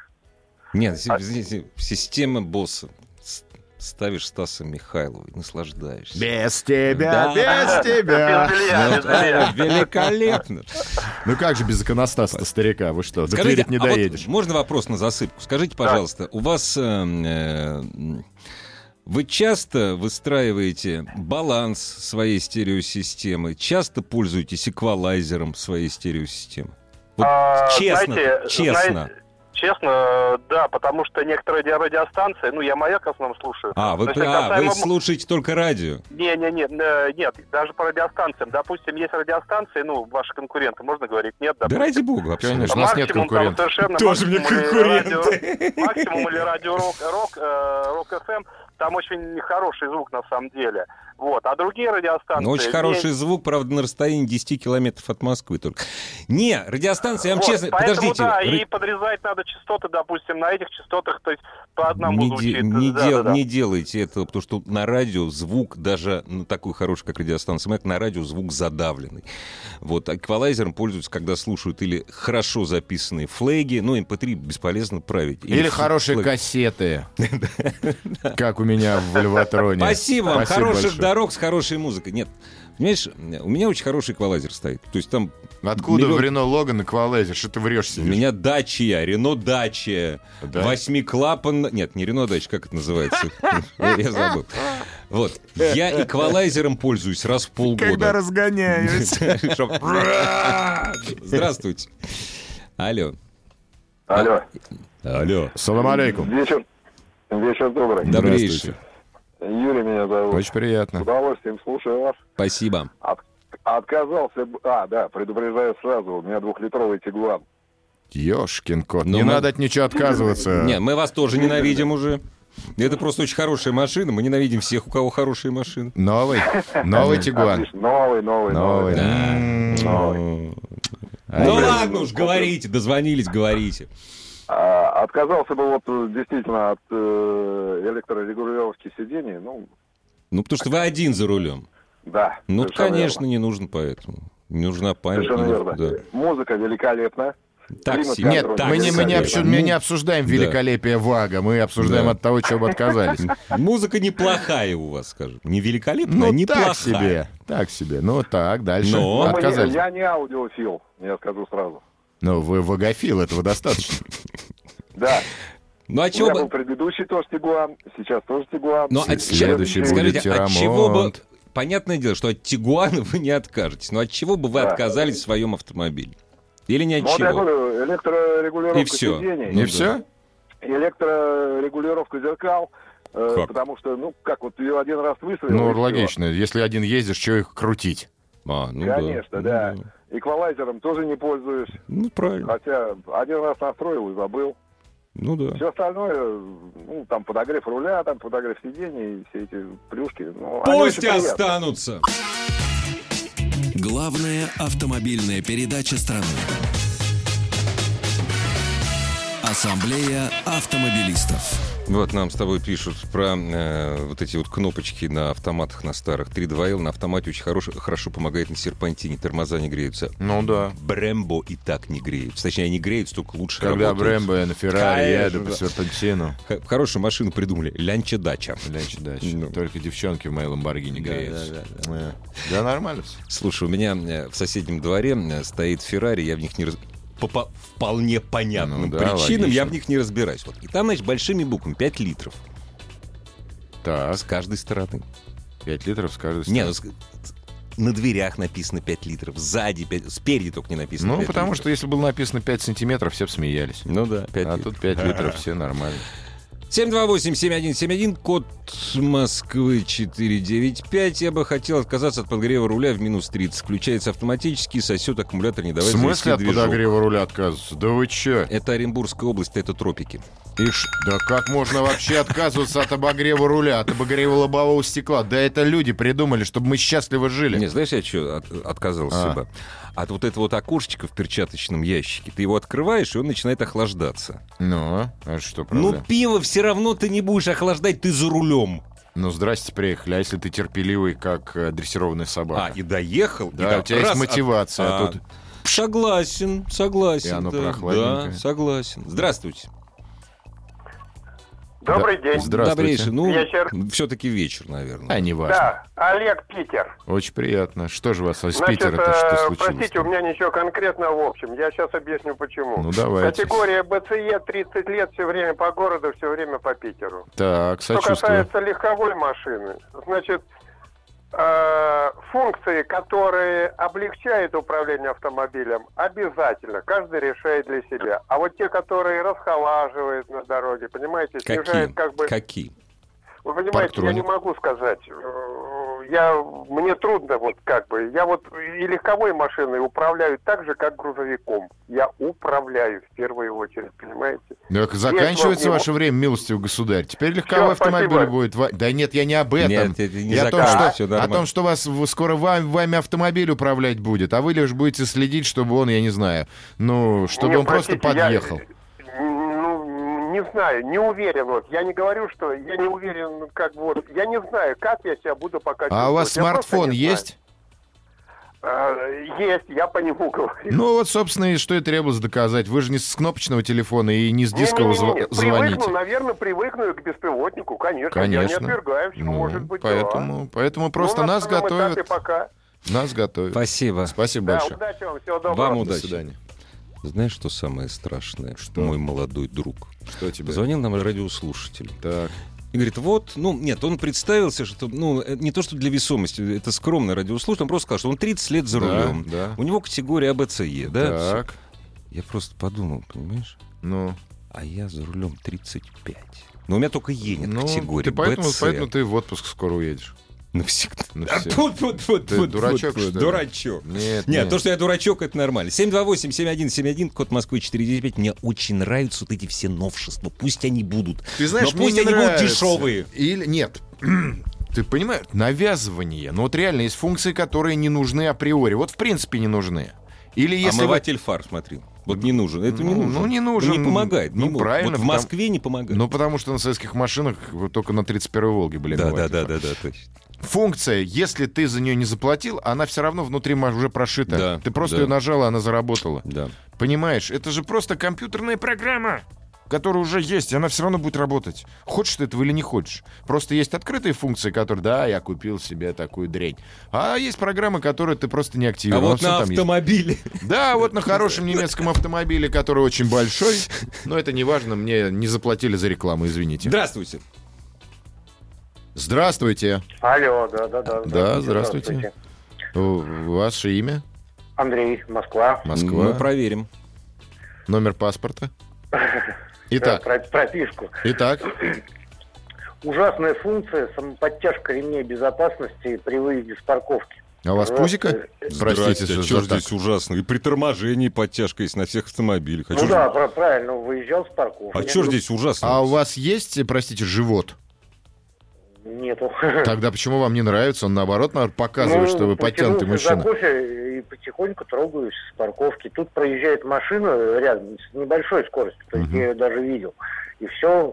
Нет, си- извините, система босса. С- Ставишь Стаса Михайлова и наслаждаешься.
Без
Да.
тебя, без тебя.
Без белья,
Ну,
без белья.
это великолепно.
Ну как же без иконостаса старика? Вы что, до
Скажите,
Твери не
а вот
доедешь.
можно вопрос на засыпку? Скажите, пожалуйста, у вас эм, э, м, Вы часто выстраиваете баланс своей стереосистемы, часто пользуетесь эквалайзером своей стереосистемы. Вот
А,
честно,
знаете,
честно.
знаете, честно, э, да, потому что некоторые ди- радиостанции, ну, я «Маяк» в основном слушаю.
А, вы,
То есть,
а,
касаемо-
вы слушаете только радио.
Не-не-не, э, нет, даже по радиостанциям. Допустим, есть радиостанции, ну, ваши конкуренты, можно говорить, нет?
Да
допустим.
ради бога,
Конечно.
конечно.
у нас нет
Максимум там
конкурентов.
совершенно
Тоже мне
максимум или
конкуренты.
радио- Максимум или радио Рок, Рок, э, Рок ФМ, там очень хороший звук на самом деле. Вот, а другие радиостанции...
Но Ну, очень
не-
хороший звук, правда, на расстоянии 10 километров от Москвы только. Не, радиостанция, я вам
Вот,
честно...
поэтому,
Подождите.
да,
Ра-
и подрезать надо частоты, допустим, на этих частотах, то есть по одному
не, де-
звучит.
не
Да,
дел-
да, да.
не делайте этого, потому что на радио звук, даже на такой хороший, как радиостанция МЭК, на радио звук задавленный. Вот, а эквалайзером пользуются, когда слушают или хорошо записанные флеги, ну, MP3 бесполезно править.
Или
ф-
хорошие
флег.
кассеты. Как у меня в Льватроне.
Спасибо вам, хороших
большое.
дорог с хорошей музыкой. Нет, понимаешь, у меня очень хороший эквалайзер стоит. То есть там
Откуда
миллион-
в Рено Логан эквалайзер? Что ты врешь
У
себе?
меня дача, Рено дача.
Да?
Восьмиклапан... Нет, не Рено дача, как это называется? Я я забыл. Вот. Я эквалайзером пользуюсь раз в полгода.
разгоняюсь.
Чтоб- Здравствуйте. Алло.
Алло,
Алло.
Салам алейкум.
вечер. Вечер добрый.
Добрейший.
Юрий меня зовут.
Очень
С
приятно.
удовольствием слушаю вас.
Спасибо.
Отказался бы... А, да, предупреждаю сразу, у меня двухлитровый тигуан.
Ёшкин кот.
Ну,
Не
мы-
надо от ничего отказываться.
Не, мы вас тоже ненавидим уже. Это просто очень хорошая машина. Мы ненавидим всех, у кого хорошие машины.
Новый. Новый Тигуан.
Ну,
Отлично, новый, новый,
Новый. М-м-м.
новый.
Да.
М,
Ну ладно уж, говорите, дозвонились, говорите.
А, отказался бы вот э, действительно от э, электрорегулировки сидений, ну,
Ну, потому что вы один за рулем.
да.
Ну,
совершенно
конечно,
верно.
не нужен поэтому. Не нужна память.
Совершенно
не нуж-
верно.
да.
Музыка великолепна.
Так
Климат
себе.
контроль.
Нет,
Так,
мы не, мы, не
конечно.
обсу- мы не обсуждаем
Да.
великолепие ВАГа, мы обсуждаем
Да.
от того, чего бы отказались.
Музыка неплохая у вас, скажем. Не великолепная,
Ну,
а неплохая.
так себе, так себе. Ну, так, дальше.
Но.
Но мы не-
Отказались.
я не аудиофил, я скажу сразу.
Ну, вы вагофил, этого достаточно.
Да,
Ну, а
у
чего
меня был
бы...
предыдущий тоже Тигуан, сейчас тоже Тигуан.
Ну,
И
от
Следующий
чего-
будет
Скажите, от чего бы...
Тирамонт.
Понятное дело, что от Тигуана вы не откажетесь. Но от чего бы вы
Да.
отказались в своем автомобиле? Или ни от
Ну, вот я
чего?
говорю, электрорегулировка
И всё.
сидений.
Не
Ну,
все?
электрорегулировку зеркал, э,
Как?
потому что, ну, как вот ее один раз выстрелил.
Ну,
и всё.
логично. Если один ездишь, чего их крутить?
А, ну
Конечно, да.
Ну,
Эквалайзером тоже не пользуюсь,
Ну, правильно.
хотя один раз настроил и забыл.
Ну, да.
Все остальное, э, ну, там подогрев руля, там подогрев сидений, и все эти плюшки. ну, они
Пусть
очень приятные.
останутся.
Главная автомобильная передача страны. Ассамблея автомобилистов.
Вот нам с тобой пишут про э, вот эти вот кнопочки на автоматах на старых. 3-2Л на автомате очень хорош, хорошо помогает на серпантине, тормоза не греются.
Ну, да.
Брэмбо и так не греются. Точнее, они греются, только лучше
Когда
работают.
Брэмбо на Феррари
Конечно,
еду по
да.
серпантину.
Х- Хорошую машину придумали. Лянча дача.
Лячь,
Ну.
Только девчонки в моей Ламборгини
Да,
греются.
да,
Э, Да, нормально все.
Слушай, у меня э, в соседнем дворе э, стоит Феррари, я в них не раз... По, по вполне понятным
Ну да,
причинам я
логично.
в них не разбираюсь. Вот. И там, значит, большими буквами 5 литров
Так,
с каждой стороны.
5 литров с каждой
Не, ну,
стороны.
с- на дверях написано 5 литров, сзади 5, спереди только не написано
Ну,
пять
потому что
литров.
если было написано 5 сантиметров, все бы смеялись.
Ну да, 5
А
литров.
тут 5 литров, все нормально.
728-7171, код Москвы 495. Я бы хотел отказаться от подогрева руля в минус 30. Включается автоматически, сосет аккумулятор, не давая
в смысле
завести
от
движок.
подогрева руля отказываться? Да вы чё?
Это Оренбургская область, это тропики.
И ш- Да как можно вообще отказываться от обогрева руля, от обогрева лобового стекла? Да это люди придумали, чтобы мы счастливо жили.
Не, знаешь, я что отказался
А.
бы? От вот этого вот окошечка в перчаточном ящике. Ты его открываешь, и он начинает охлаждаться.
Ну, а что,
Ну,
правда?
пиво все равно ты не будешь охлаждать, ты за рулем.
Ну, здрасте, приехали. А если ты терпеливый, как э, дрессированная
А,
собака?
и доехал. и
да,
там
у тебя есть
раз,
мотивация. а
а,
тут
а, Согласен, согласен.
И оно
да,
прохладненькое.
да, согласен. Здравствуйте.
Добрый день.
Здравствуйте.
Добрейший, ну,
Вечер.
все-таки вечер, наверное.
А, неважно.
Да, Олег Питер.
Очень приятно. Что же у вас из
Значит,
Питера-то что
э,
случилось?
простите, у меня ничего конкретного в общем. Я сейчас объясню почему.
Ну, давайте.
Категория БЦЕ 30 лет все время по городу, все время по Питеру.
Так,
Что
сочувствую.
касается легковой машины, значит, э, функции, которые облегчают управление автомобилем, обязательно. Каждый решает для себя. А вот те, которые расхолаживают на дороге, понимаете,
Какие?
снижают как бы...
Какие?
Вы понимаете, я не
Парктроник.
могу сказать. Э, Я, мне трудно, вот как бы. Я вот и легковой машиной управляю так же, как грузовиком. Я управляю в первую очередь, понимаете?
Так,
Есть
заканчивается
вам
ваше время, милостивый государь. Теперь легковой
Всё,
автомобиль
спасибо.
будет... ва- Да нет, я не об этом.
Нет, это не
я о том,
заказ, А,
что,
всё
о
нормально.
том, что вас в- скоро вам, вами автомобиль управлять будет, а вы лишь будете следить, чтобы он, я не знаю, ну, чтобы
Не,
он просто
простите, я- э,
подъехал.
Ну, не знаю, не уверен вот. Я не говорю, что я не уверен, ну, как бы вот. Я не знаю, как я себя буду пока
А у вас
чувствовать. Я просто
смартфон
не знаю.
есть?
А, есть, я по нему говорю.
Ну вот, собственно, и что и требовалось доказать. Вы же не с кнопочного телефона и не с дискового
Не-не-не-не,
зв- звоните.
Привыкну, ну, наверное, привыкну и к беспилотнику, конечно. Я не
Конечно.
отвергаю, все
Ну,
может быть, да.
поэтому, поэтому
Ну,
просто
на
нас
данном этапе
готовят.
пока.
Нас готовят.
Спасибо.
Спасибо
Да,
большое.
удачи вам, всего доброго.
Вам
До
удачи.
свидания.
Знаешь, что самое страшное? Что? Мой молодой друг.
Что тебе?
Позвонил нам радиослушатель.
Так.
И говорит, вот, ну, нет, он представился, что, ну, э, не то, что для весомости, это скромный радиослушатель, он просто сказал, что он 30 лет за
Да,
рулем.
да.
У него категория А, АБЦЕ, да?
Так.
Я просто подумал, понимаешь,
Ну,
а я за рулем 35. Но у меня только Е нет
ну,
категории
ты поэтому,
BC.
поэтому ты в отпуск скоро уедешь.
Навсегда.
навсегда.
А тут вот, вот,
Ну, Ты
вот,
дурачок,
вот,
что ли?
дурачок.
Нет,
Нет, то, что я дурачок, это нормально. 728-7171, код Москвы 495. Мне очень нравятся вот эти все новшества. Пусть они будут.
Ты знаешь,
Но
мне
пусть
не
они будут
нравится.
дешевые.
Или нет. Ты понимаешь, навязывание. Ну вот реально есть функции, которые не нужны априори. Вот в принципе не нужны. Или А если вы-
Омыватель фар, смотри. А Вот не нужен. Это не
Ну,
нужен.
ну, не нужен.
не помогает. не
Ну,
может.
правильно,
Вот в
потому-
Москве не помогает.
Ну, потому что на советских машинах вот только на 31-й Волге были.
да, да,
омыватели.
да, да, да, точно.
Функция, если ты за нее не заплатил, она все равно внутри ма- уже прошита.
Да,
ты просто
да.
ее нажала, она заработала.
Да.
Понимаешь, это же просто компьютерная программа, которая уже есть, и она все равно будет работать. Хочешь ты этого или не хочешь. Просто есть открытые функции, которые, да, я купил себе такую дрень. А есть программы, которые ты просто не
А
активировал.
вот
всё
на
там есть.
автомобиле.
Да, вот на хорошем немецком автомобиле, который очень большой. Но это не важно, мне не заплатили за рекламу, извините.
Здравствуйте.
Здравствуйте.
Алло, да, да, да.
Да, здравствуйте. О, Ваше имя?
Андрей, Москва.
Москва.
Мы проверим.
Номер паспорта? Итак,
Про- прописку.
итак.
Ужасная функция самоподтяжка ремней безопасности при выезде с парковки.
А у вас
Просто-
пузика? Простите,
Здрасте,
за-
чё
за так.
здесь ужасно? И при торможении подтяжка есть на всех автомобилях. А
ну
чё ж-
да, про- правильно, выезжал с парковки.
а чё ж здесь ужасно?
А у вас есть, простите, живот?
Нету.
Тогда почему вам не нравится? Он наоборот, наверное, показывает,
Ну,
что вы подтянутый
потянулся за
мужчина.
кофе и потихоньку трогаюсь с парковки. Тут проезжает машина рядом с небольшой скоростью, то есть
Мгм.
я ее даже видел. И все,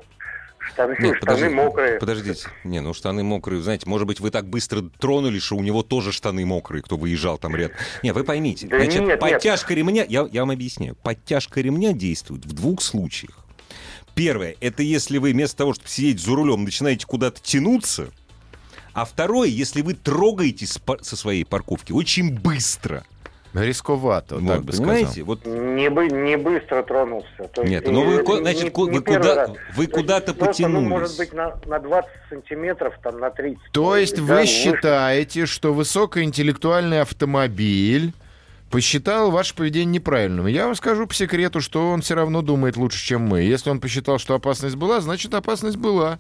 штаны,
Нет,
штаны
подожди-
мокрые.
Подождите. Не, ну штаны мокрые. Знаете, может быть, вы так быстро тронули, что у него тоже штаны мокрые, кто выезжал там рядом. Не, вы поймите.
Да
Значит,
нет, нет.
подтяжка ремня, я, я вам объясняю. Подтяжка ремня действует в двух случаях. Первое, это если вы вместо того, чтобы сидеть за рулем, начинаете куда-то тянуться. А второе, если вы трогаетесь с пар- со своей парковки очень быстро.
Рисковато,
Вот,
так бы
понимаете?
сказал.
Вот
Не, бы, не быстро тронулся. То есть
Нет,
и-
ну вы, ко-
и-
значит,
не-
ко-
не
вы,
первый
куда,
раз.
вы
То есть
куда-то
просто, ну,
потянулись.
может быть, на, на 20 сантиметров, там, на 30.
То есть
Да, ну,
вы
выше.
считаете, что высокоинтеллектуальный автомобиль посчитал ваше поведение неправильным. Я вам скажу по секрету, что он все равно думает лучше, чем мы. Если он посчитал, что опасность была, значит, опасность была.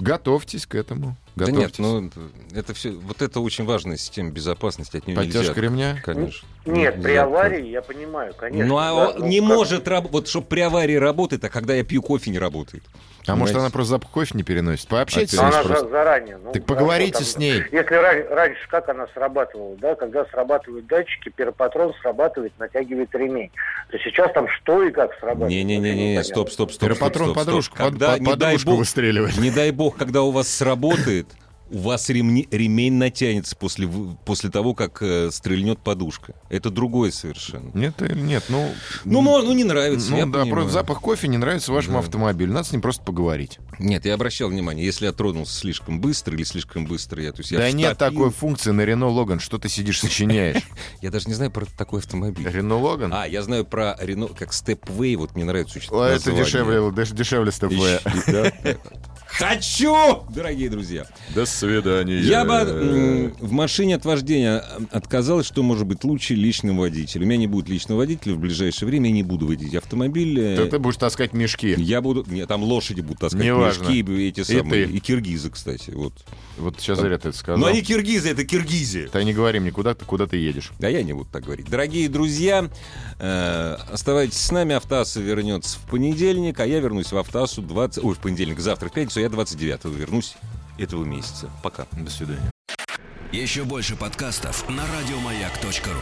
Готовьтесь к этому.
Да
Готовьтесь.
нет, ну это все, вот это очень важная система безопасности, от нее нельзя.
Подтяжка ремня?
Конечно.
Нет, при
Нельзя.
аварии, я понимаю, конечно.
Ну а
да,
он не
как-
может работать, вот чтоб при аварии работает, а когда я пью кофе не работает.
А может,
Понимаете?
она просто запах кофе не переносит? Пообщайтесь
А
с
Но
ней
она
просто.
за- заранее. Ну,
Так
да,
поговорите
что там-
с ней.
Если ран- раньше как она срабатывала, да, когда срабатывают датчики, перпатрон срабатывает, натягивает ремень, то сейчас там что и как срабатывает. вообще
Не-не-не,
непонятно.
стоп, стоп, стоп.
Пиропатрон
стоп, стоп, стоп.
подружку, под-
Когда,
под-
не дай
подружку
бог,
выстреливает.
не дай бог, когда у вас сработает, у вас ремни, ремень натянется после, вы- после того, как э, стрельнет подушка. Это другое совершенно.
Нет, э, нет, ну...
Ну, можно, ну, не нравится,
Ну
я
да,
понимаю.
просто запах кофе не нравится вашему
Да.
автомобилю. Надо с ним просто поговорить.
Нет, я обращал внимание, если я тронулся слишком быстро или слишком быстро, я, то есть я
да нет
втопил.
такой функции на Рено Логан, что ты сидишь сочиняешь.
Я даже не знаю про такой автомобиль.
Рено Логан?
А, я знаю про Рено, как Stepway, вот мне нравится очень
О, А Это
название.
дешевле, деш- дешевле с тобой.
Ищи, да. Хочу, дорогие друзья.
До свидания.
Я бы
э,
м, в машине от вождения отказалась, что может быть лучше личным водителем. У меня не будет личного водителя в ближайшее время, я не буду водить автомобиль. э,
Ты ты будешь таскать мешки.
Я буду... Нет, там лошади будут таскать
Неважно.
мешки и эти
И
самые...
ты.
И, киргизы, кстати. Вот.
Вот сейчас зря ты это сказал.
э, Но они киргизы, это киргизия.
Ты не говори мне, куда ты, куда ты едешь.
Да я не буду так говорить. Дорогие друзья, э, оставайтесь с нами. Автоасса вернется в понедельник, а я вернусь в Автоассу 20... Ой, в понедельник, завтра, в пятницу. Я 29 вернусь этого месяца. Пока.
До свидания.
Еще больше подкастов на радиомаяк.ру.